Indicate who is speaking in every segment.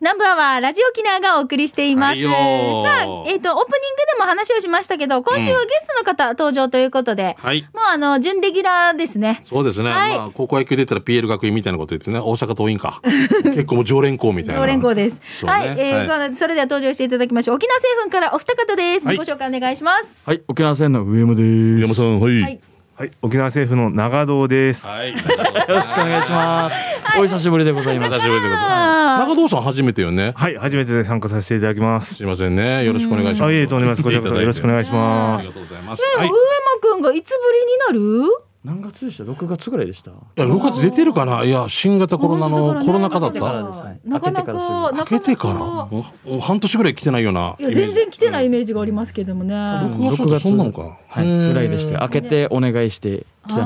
Speaker 1: 南部アワーラジオキナーがお送りしています。
Speaker 2: はい
Speaker 1: さ
Speaker 2: よ
Speaker 1: あ
Speaker 2: ー、
Speaker 1: えっ、と、オープニングでも話をしましたけど、今週はゲストの方登場ということで、
Speaker 2: はい
Speaker 1: もうあの、準レギュラーですね。
Speaker 2: そうですね。
Speaker 1: はい
Speaker 2: まあ、高校野球で言ったら PL 学院みたいなこと言ってね、大阪桐蔭か。結構もう常連校みたいな。
Speaker 1: 常連校です。
Speaker 2: そうね
Speaker 1: はい、えー
Speaker 2: はい
Speaker 1: このそれでは登場していただきましょう。沖縄製粉からお二方です。
Speaker 2: はい
Speaker 1: ご紹介お願いします。
Speaker 3: はい、沖縄戦の上山です。
Speaker 2: 宮本さん、はい。
Speaker 1: はい。
Speaker 4: はい、沖縄政府の長堂です。
Speaker 2: はい。
Speaker 3: よろしくお願いします。お久しぶりでございます。
Speaker 2: 久しぶりでございます。中藤さん初めてよね。
Speaker 4: はい、初めて参加させていただきます。
Speaker 2: すいませんね。よろしくお願いします。
Speaker 4: あ、いえいえとんでもないです。こちらこそよろしくお願
Speaker 2: い
Speaker 4: いし
Speaker 2: あ
Speaker 4: ま
Speaker 2: り
Speaker 4: す
Speaker 2: が。とうございます。
Speaker 1: でも
Speaker 2: はい。い
Speaker 1: 上間くんがいつぶりになる
Speaker 3: 何月でした ?6 月ぐらいでした。
Speaker 2: や、6月出てるかないや、新型コロナのコロナ禍だっ
Speaker 3: コロ
Speaker 2: た。
Speaker 3: ナ禍だ
Speaker 1: なかな
Speaker 3: った
Speaker 1: か、な
Speaker 2: 明
Speaker 1: か
Speaker 2: けて
Speaker 1: な
Speaker 2: から
Speaker 1: か。
Speaker 2: おお半年ぐらい来てないような。
Speaker 1: いや、全然来てないイ
Speaker 2: イメ
Speaker 1: メージがありますけどもね。
Speaker 2: ん僕はそうだそんなのか
Speaker 3: はい、
Speaker 2: へー
Speaker 3: ぐらいでして、開けてお願いしてきたのに。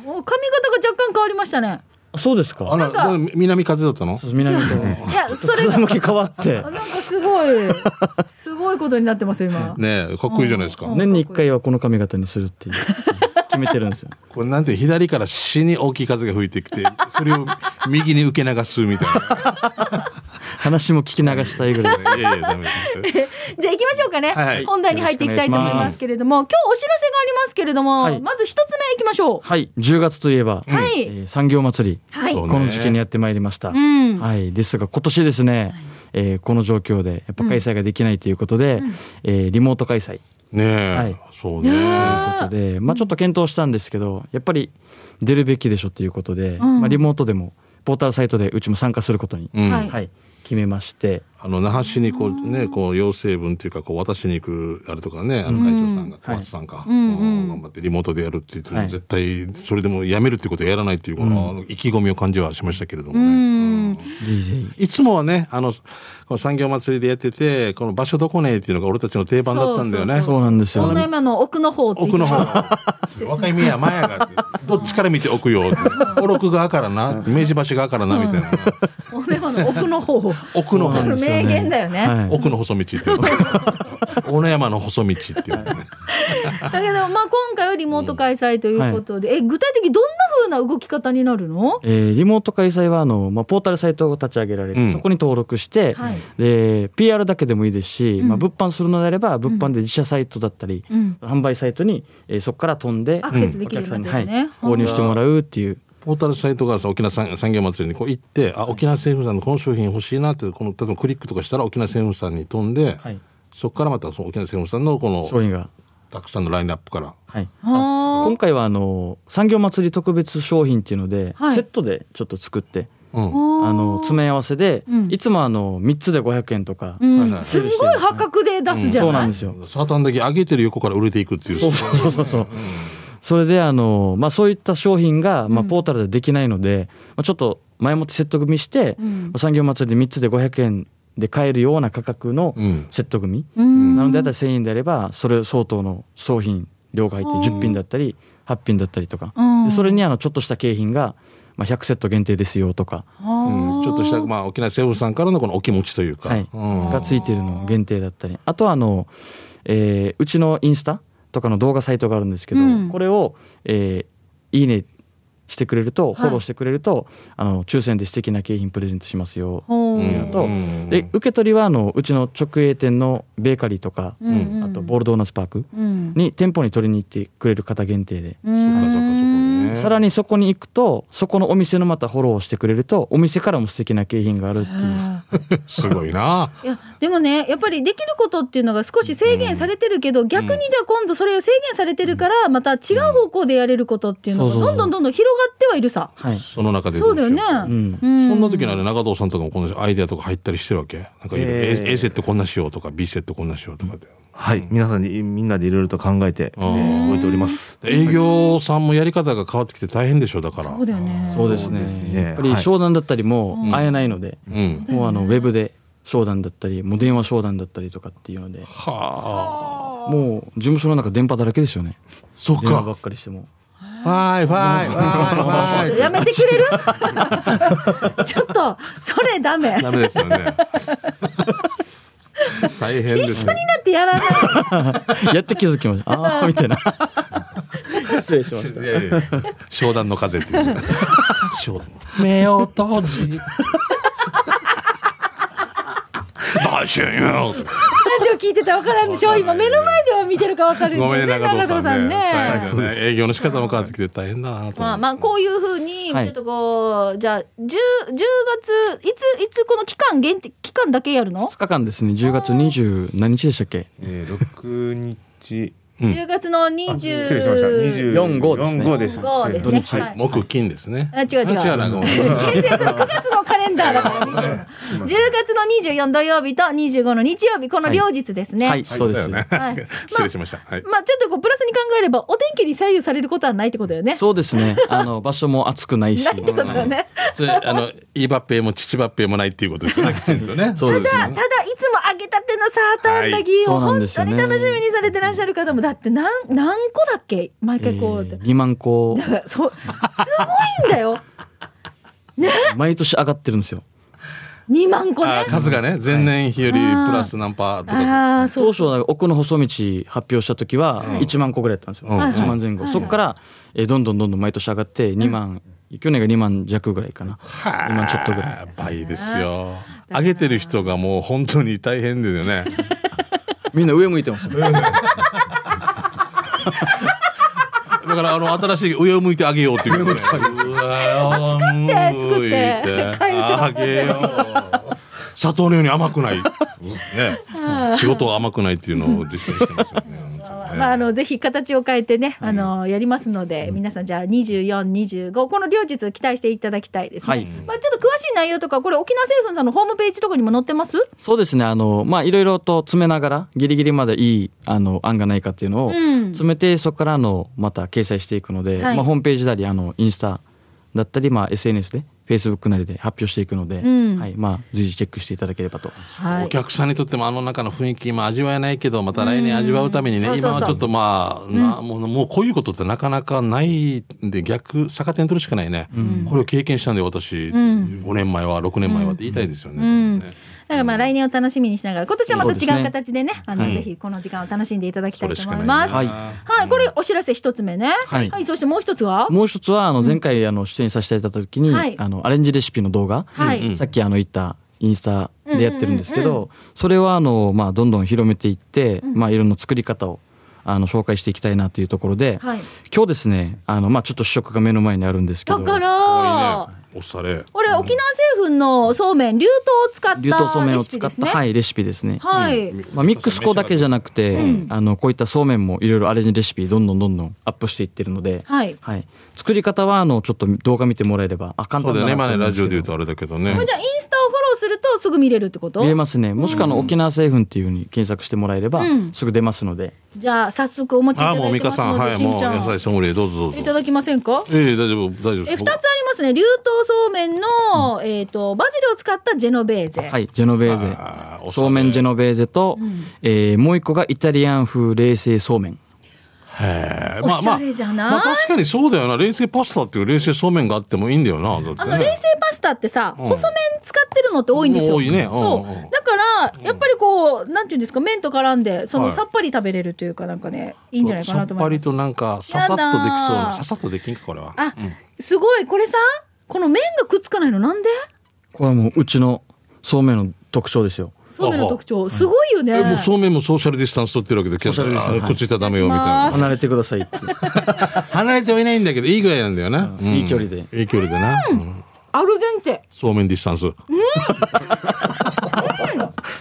Speaker 1: あーお髪型が若干変わりましたね。
Speaker 3: い。そうです
Speaker 2: ージ。あ
Speaker 3: か。
Speaker 2: ら、だから南風だったの
Speaker 3: そうです南と。
Speaker 1: いや、それが
Speaker 3: 風、向き変わって
Speaker 1: な。んかすごい、すごいことになってますよ、今。
Speaker 2: ねえ、かっこいいじゃないですか。
Speaker 1: うん
Speaker 3: 年に1回はこの髪型にするっ ていう。決めてるんですよ。
Speaker 2: これなんて左から死に大きい風が吹いてきて、それを右に受け流すみたいな。
Speaker 3: 話も聞き流したいぐらい。
Speaker 2: いやいや、ダメです。
Speaker 1: じゃあ行きましょうかね、
Speaker 2: はいはい
Speaker 1: 本題に入っていきたいと思いますけれども、今日お知らせがありますけれども、
Speaker 3: はい
Speaker 1: まず一つ目行きましょう。
Speaker 3: はい、10月といえば、
Speaker 1: は
Speaker 3: え
Speaker 1: い。
Speaker 3: ー産業祭
Speaker 1: は
Speaker 2: そ
Speaker 1: い。
Speaker 3: り、
Speaker 2: うね
Speaker 3: この時期にやってまいりました
Speaker 1: う。ん。
Speaker 3: はい、ですが今年ですね、えーこの状況でやっぱ開催ができないということで、えーリモート開催
Speaker 2: ねえ、
Speaker 3: はい
Speaker 2: そ
Speaker 1: ね
Speaker 2: う
Speaker 3: と
Speaker 2: ね。
Speaker 3: いうことで、まあ、ちょっと検討したんですけどやっぱり出るべきでしょということで、
Speaker 1: ん
Speaker 3: まあ、リモートでもポータルサイトでうちも参加することに、
Speaker 2: うん、
Speaker 1: はい
Speaker 3: はい、決めまして
Speaker 2: あの那覇市にこうね、こう要請文っていうか、こう渡しに行くあれとかね、あの会長さんが、小松さんか、
Speaker 1: うんうん
Speaker 2: うん頑張ってリモートでやるって言っても、
Speaker 3: はい
Speaker 2: 絶対それでもやめるっていうことはやらないっていうこの、意気込みを感じはしましたけれども
Speaker 1: う
Speaker 2: ね。
Speaker 1: ん。
Speaker 3: DJ
Speaker 2: いつもはね、あの、この産業祭りでやってて、この場所どこねっていうのが俺たちの定番だったんだよね。
Speaker 3: そうなんです
Speaker 1: こ
Speaker 3: よ
Speaker 1: の今の奥の方って言って
Speaker 2: 奥の方。 若い宮や前やがって。どっちから見て奥よって。おろく側からな、明治橋側からな、みたいな。
Speaker 1: この今の奥の方。こ
Speaker 2: 奥の
Speaker 1: れ
Speaker 2: 方
Speaker 1: 名言だよね。
Speaker 3: はい、
Speaker 2: 奥の細道っていう。小野山の細道っていうね。
Speaker 1: だけど、まあ今回はリモート開催ということで、え、具体的にどんな風な動き方になるの
Speaker 3: えーリモート開催はあの、まあ、ポータルサイトを立ち上げられて、
Speaker 2: うん
Speaker 3: そこに登録して、
Speaker 1: はい。
Speaker 3: で PR だけでもいいですし、
Speaker 1: うん
Speaker 3: まあ、物販するのであれば物販で自社サイトだったり、
Speaker 1: うん。
Speaker 3: 販売サイトに、えーそこから飛んで
Speaker 1: アクセスできるようになってるね。
Speaker 3: 購入してもらうっていう
Speaker 2: ポータルサイトがさ、沖縄産産業祭りにこう行って、あ、沖縄政府さんのこの商品欲しいなって、この、例えばクリックとかしたら沖縄政府さんに飛んで、
Speaker 3: はい
Speaker 2: そこからまたその沖縄政府さんのこ
Speaker 3: 商
Speaker 2: の、
Speaker 3: 品が、
Speaker 2: たくさんのラインナップから。
Speaker 3: はい、
Speaker 1: は
Speaker 3: 今回はあの産業祭り特別商品っていうので、
Speaker 1: はい
Speaker 3: セットでちょっと作って
Speaker 2: うん。
Speaker 1: あ
Speaker 3: あの詰め合わせで、
Speaker 1: うん
Speaker 3: いつもあの3つで500円とか、
Speaker 1: うん
Speaker 2: はいはい
Speaker 1: すんごい破格で出すじゃ
Speaker 3: そう
Speaker 1: な、
Speaker 3: ないんですよ。
Speaker 2: サーターンだけ上げてる横から売れていくっていう。
Speaker 3: そうそうそうそう。それであの、まあ、そういった商品が、まあ、
Speaker 1: うん
Speaker 3: ポータルでできないので、まあ、ちょっと前もってセット組して、
Speaker 1: うん
Speaker 3: 産業祭りで3つで500円で買えるような価格の
Speaker 2: うん。
Speaker 3: セット組、
Speaker 1: うん
Speaker 3: なのであったら1000円であればそれ相当の商品量が入って
Speaker 1: うん
Speaker 3: 10品だったり8品だったりとか、
Speaker 1: うん
Speaker 3: でそれにあのちょっとした景品が、まあ、100セット限定ですよとか、
Speaker 2: うんちょっとした、まあ、沖縄政府さんからのこのお気持ちというか、
Speaker 3: はい
Speaker 2: うん
Speaker 3: がついてるの限定だったりあとはあの、えーうちのインスタとかの動画サイトがあるんですけど、
Speaker 1: うん
Speaker 3: これを、えーいいねしてくれると、
Speaker 1: い
Speaker 3: フォローしてくれるとあの抽選で素敵な景品プレゼントしますよ。
Speaker 1: ほう
Speaker 2: うん
Speaker 3: のと
Speaker 2: うん
Speaker 3: で受け取りはあのうちの直営店のベーカリーとか、
Speaker 1: うん
Speaker 3: あとボールドーナツパーク
Speaker 1: うん
Speaker 3: に店舗に取りに行ってくれる方限定で、
Speaker 1: うん
Speaker 2: そっかそっかそこね
Speaker 3: さらにそこに行くとそこのお店のまたフォローをしてくれるとお店からも素敵な景品があるっていう、
Speaker 2: すごいな。
Speaker 1: いやでもねやっぱりできることっていうのが少し制限されてるけど、逆にじゃあ今度それを制限されてるからまた違う方向でやれることっていうのが
Speaker 3: そうそう
Speaker 1: ど
Speaker 3: そうん
Speaker 1: どんどんどん広がってはいるさ。
Speaker 3: はい、
Speaker 2: その中で。
Speaker 1: そうだよね。
Speaker 3: うん
Speaker 1: う
Speaker 2: そんな時のあれ、長藤さんとかもこのアイデアとか入ったりしてるわけなんかいろいろ、
Speaker 4: え
Speaker 2: A,
Speaker 4: ー
Speaker 2: A セットこんなしようとか、B セットこんなしようとかで。
Speaker 4: はい、皆さんに、みんなでいろいろと考えて、え
Speaker 2: あー
Speaker 4: ー動いております。
Speaker 2: で営業さんもやり方が変わってきて大変でしょ、だから。
Speaker 1: そうだよね。
Speaker 3: そうです
Speaker 4: そう
Speaker 3: ね
Speaker 4: ですね
Speaker 3: やっぱり
Speaker 4: はい
Speaker 3: 商談だったりも会えないので、
Speaker 2: うん。
Speaker 3: もうあのウェブで商談だったりもう電話商談だったりとかっていうので
Speaker 2: はあ。
Speaker 3: もう事務所の中電波だらけですよね
Speaker 2: そっ
Speaker 3: 電話ば
Speaker 2: か。
Speaker 3: っかりしても
Speaker 2: ファイファイファイファイ。
Speaker 1: やめてくれる ちょっとそれダメ。
Speaker 2: ダメですよね。 大変で
Speaker 1: 一
Speaker 2: す
Speaker 1: 緒
Speaker 2: ね。
Speaker 1: になってやらない。
Speaker 3: やって気づきましたあ あみたいな 失礼しました
Speaker 2: いやいやいや商談の風っ ていう。商談。目を閉じ。ラジオ
Speaker 1: ジオ聞いてたら分からんでしょ今目の前では見てるか分かるんで
Speaker 2: ごめんね、中藤さんね。大
Speaker 1: 中藤
Speaker 2: 変だね営業の仕方も変わってきて大変だなと思って。
Speaker 1: まあまあこういうふうに、ち
Speaker 3: はい
Speaker 1: ょっとこう、じゃあ、10、10月、いつ、いつこの期間限定、期間だけやるの
Speaker 3: 2日間ですね10月20何日でしたっけ
Speaker 4: えー、6日、
Speaker 2: うん
Speaker 1: ?10 月の20、
Speaker 4: あ失礼しました。
Speaker 3: 四号ですね
Speaker 4: 4号です。
Speaker 1: 号ですね。
Speaker 4: はい。
Speaker 1: はい。
Speaker 2: 木金ですね。
Speaker 1: あ違う違う
Speaker 2: なごめん
Speaker 1: 全然それ9月のカレンダーだから見てる10月の24土曜日と25の日曜日、この両日ですね。
Speaker 3: はい、そうです、
Speaker 2: だよね
Speaker 1: はいまあ
Speaker 2: 失礼しました。はい。
Speaker 1: まあちょっとこうプラスに考えればお天気に左右されることはないってことだよね。
Speaker 3: そうですねあの場所も暑くないし
Speaker 1: ないってことだね。
Speaker 2: それ、あの、イバッペもチバッペもないっていうことですね、きちんとね。
Speaker 3: そうです
Speaker 1: ただいつも揚げたてのサーターアンダギーを
Speaker 3: はいそうなん
Speaker 1: 本
Speaker 3: です
Speaker 1: 当
Speaker 3: よ
Speaker 1: に
Speaker 3: ね
Speaker 1: 楽しみにされてらっしゃる方もだって何何個だっけ毎
Speaker 3: え
Speaker 1: 回こうって、
Speaker 3: ー、2万個
Speaker 1: だからそうすごいんだよ
Speaker 3: 毎年上がってるんですよ
Speaker 1: 2万個
Speaker 2: あ
Speaker 1: ね。
Speaker 2: 数がね、前年比よりプ
Speaker 1: はい
Speaker 2: ラス何パーとか。
Speaker 1: ああそ
Speaker 3: 当
Speaker 1: う
Speaker 3: 初は奥の細道発表した時は1万個ぐらいだったんですよ、
Speaker 2: うんはいはい
Speaker 3: 1万前後、そこから、えーどんどんどんどん毎年上がって2万、去年が2万弱ぐらいかな2万ちょっとぐらい
Speaker 2: あー倍ですよ。上げてる人がもう本当に大変ですよね。
Speaker 3: みんな上向いてますよ
Speaker 2: だから、あの、新しい上を向いてあげようっていうことね。作って、
Speaker 1: 作って書いて
Speaker 2: あげよう。砂糖のように甘くない。ね。仕事は甘くないっていうのを実践してますよね。
Speaker 1: まあ、あのぜひ形を変えてね、あのやりますので、皆さん、じゃあ、24、25、この両日、期待していただきたいですね。
Speaker 3: はい
Speaker 1: まあ、ちょっと詳しい内容とか、これ、沖縄製粉さんのホームページとかにも載ってます
Speaker 3: そうですねあのまあいろいろと詰めながらギリギリまでいいあの案がないかっていうのを
Speaker 1: うん
Speaker 3: 詰めてそこからあのまた掲載していくので、
Speaker 1: はい
Speaker 3: まあ、ホームページなりあのインスタだったり、まあ、SNS で Facebook なりで発表していくので、
Speaker 1: ん
Speaker 3: はいまあ、随時チェックしていただければと
Speaker 1: は
Speaker 2: お。客さんにとってもあの中の雰囲気今味わえないけどまた来年味わうためにね、
Speaker 1: うんそうそうそう
Speaker 2: 今はちょっとまあ、なもうもうこういうことってなかなかないんで逆逆転取るしかないね、これを経験したんで私、5年前は6年前はって言いたいですよね。
Speaker 1: ん
Speaker 2: ね
Speaker 1: だからまあ来年を楽しみにしながら今年はまた違う
Speaker 3: そう
Speaker 1: 形でねあの
Speaker 3: はい
Speaker 1: ぜひこの時間を楽しんでいただきたいと思い
Speaker 2: これ
Speaker 1: ま
Speaker 2: し
Speaker 1: す。
Speaker 2: か
Speaker 1: はい、
Speaker 2: ないな
Speaker 1: これお知らせ一つ目ね。は、
Speaker 3: はいい
Speaker 1: そしてもう一つは、
Speaker 3: もう一つはあの前回あの出演させていただいた時に、
Speaker 1: はい
Speaker 3: あのアレンジレシピの動画、
Speaker 1: はい
Speaker 2: うん
Speaker 3: さっきあの言ったインスタでやってるんですけ
Speaker 1: う
Speaker 3: ど、
Speaker 1: んうんう
Speaker 3: それはあの、まあ、どんどん広めていって、まあ、いろんな作り方をあの紹介していきたいなというところで、
Speaker 1: はい。
Speaker 3: 今日ですねあの、まあ、ちょっと試食が目の前にあるんですけ
Speaker 1: だ
Speaker 3: ど
Speaker 1: から
Speaker 2: 可愛いねおしゃれ。
Speaker 1: これ沖縄製粉のそうめん流糖を使っ
Speaker 3: 流糖そ
Speaker 1: た
Speaker 3: うめん
Speaker 1: レ
Speaker 3: を
Speaker 1: シ
Speaker 3: 使
Speaker 1: ピ
Speaker 3: った、
Speaker 1: ですね。
Speaker 3: はい、レシピですね、
Speaker 1: はい。
Speaker 3: まあ、ミックス粉だけじゃなくて、あのこういったそうめんもいろいろアレンジレシピどんどんどんどんアップしていってるので、
Speaker 1: はい
Speaker 3: 作り方はあのちょっと動画見てもらえればあ簡
Speaker 2: そう
Speaker 3: 単
Speaker 2: だ
Speaker 3: だ
Speaker 2: よ
Speaker 3: な
Speaker 2: ね
Speaker 3: と
Speaker 2: 今
Speaker 3: 思
Speaker 2: ね
Speaker 3: うん
Speaker 2: ラ
Speaker 3: です
Speaker 2: ジオで言うとあれだけ
Speaker 3: けど
Speaker 2: どね
Speaker 1: これ。じゃあインスタをフォローするとすぐ見れるってこと
Speaker 3: 見れますねもしくはあの沖縄製粉っていうふうに検索してもらえれば
Speaker 1: うん
Speaker 3: すぐ出ますので、
Speaker 1: じゃあ早速お持ちいた
Speaker 2: あ
Speaker 1: だ
Speaker 2: あ
Speaker 1: い
Speaker 2: もう美
Speaker 1: てます
Speaker 2: 香さん
Speaker 1: の
Speaker 2: は
Speaker 1: で
Speaker 2: い
Speaker 1: し
Speaker 2: も
Speaker 1: ん
Speaker 2: う
Speaker 1: ちゃん
Speaker 2: 野菜ソムリエどうぞどう
Speaker 1: いた
Speaker 2: ぞ。
Speaker 1: だきませんか
Speaker 2: ええ大丈夫大丈夫。
Speaker 1: え2つありますね流糖そうめんの、えー、とバジルを使ったジェノベーゼ、
Speaker 3: はい、ジェノベーゼ
Speaker 2: あーおしゃれ
Speaker 3: そうめんジェノベーゼと、えーもう一個がイタリアン風冷製そうめん
Speaker 2: へえ
Speaker 1: おしゃれじゃない
Speaker 2: まあ確かにそうだよな冷製パスタっていう冷製そうめんがあってもいいんだよな。だってね
Speaker 1: あの冷製パスタってさ、
Speaker 2: うん
Speaker 1: 細麺使ってるのって多いんですよ。
Speaker 2: 多いねうん
Speaker 1: そ
Speaker 2: うん
Speaker 1: う。だから、やっぱりこう、なんていうんですか、麺と絡んで、そ
Speaker 2: は
Speaker 1: の
Speaker 2: い
Speaker 1: さっぱり食べれるというか、なんかね、いいんじゃないかなと思います。
Speaker 2: さっぱりとなんかささっとできそ
Speaker 1: や
Speaker 2: う
Speaker 1: だ
Speaker 2: な
Speaker 1: ー
Speaker 2: ささっとできんかこれは
Speaker 1: あ、すごい、これさ、この麺がくっつかないの、なんで。
Speaker 3: これはもううちのそうめんの特徴ですよ
Speaker 1: そうめんの特徴、すごいよね。
Speaker 2: えもうそうめんもソーシャルディスタンス取ってるわけで
Speaker 3: シャルディスタンス
Speaker 2: あ
Speaker 3: はい
Speaker 2: くっついたらダメよみたい
Speaker 1: あ
Speaker 2: な
Speaker 3: 離れてください って
Speaker 2: 離れてはいないんだけどいいぐらいなんだよな、
Speaker 3: うんいい距離で
Speaker 2: いい距離でな、うん
Speaker 1: アルデンテ。
Speaker 2: そうめんディスタンス、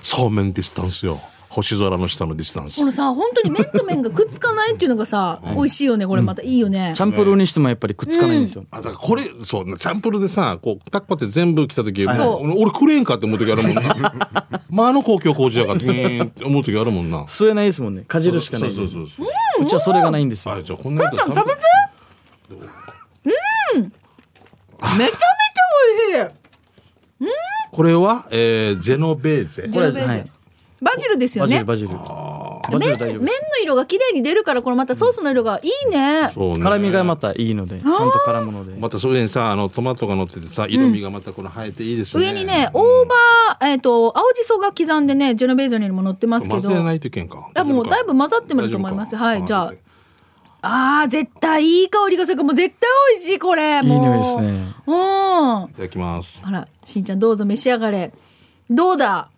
Speaker 2: そうめんディスタンスよ星空の下のディスタンス
Speaker 1: このさ、本当に麺と麺がくっつかないっていうのがさ、美味しいよね、これまたいいよね
Speaker 3: チ。ャンプルーにしてもやっぱりくっつかないんですよ、
Speaker 2: あだからこれそうチャンプルでさこうタッパって全部来た時、
Speaker 1: そう
Speaker 2: 俺俺クレーンかって思う時あるもんな まああの公共工事やからうーんって思う時あるもんな
Speaker 3: 吸えないですもんねかじるしかないんで
Speaker 2: そうそうそうそう
Speaker 3: うちはそれがないんですよ
Speaker 2: あじゃあこんなやつ食べて
Speaker 1: めちゃめちゃ美味しい。
Speaker 2: これは、えー、ジェノベーゼ
Speaker 1: ジェノベーゼ
Speaker 3: はい
Speaker 1: バジルですよ
Speaker 3: バジ
Speaker 1: ね
Speaker 3: ル。バジルバジ
Speaker 1: 麺
Speaker 3: ル大丈
Speaker 1: 麺
Speaker 3: 夫
Speaker 1: の色が綺麗に出るから、これまたソースの色がいいね。
Speaker 2: そうね
Speaker 3: 辛みがまたいいのでちゃんと絡むので
Speaker 2: またそれにさあのトマトが乗っててさ色味がまたこの生えていいですね、
Speaker 1: 上にね、大葉、えっ、と、青じそが刻んでね、ジェノベーゼにも乗ってますけ
Speaker 2: 混
Speaker 1: ど。
Speaker 2: ぜないいといけんか
Speaker 1: や、もうだいぶ混ざってもると思います。はい、じゃあ。あー、絶対いい香りがするから、もう絶対美味しい、これ。もう
Speaker 3: いい匂いですね。
Speaker 1: うん。あ
Speaker 2: いただきます
Speaker 1: ら、しんちゃんどうぞ召し上がれ。どうだ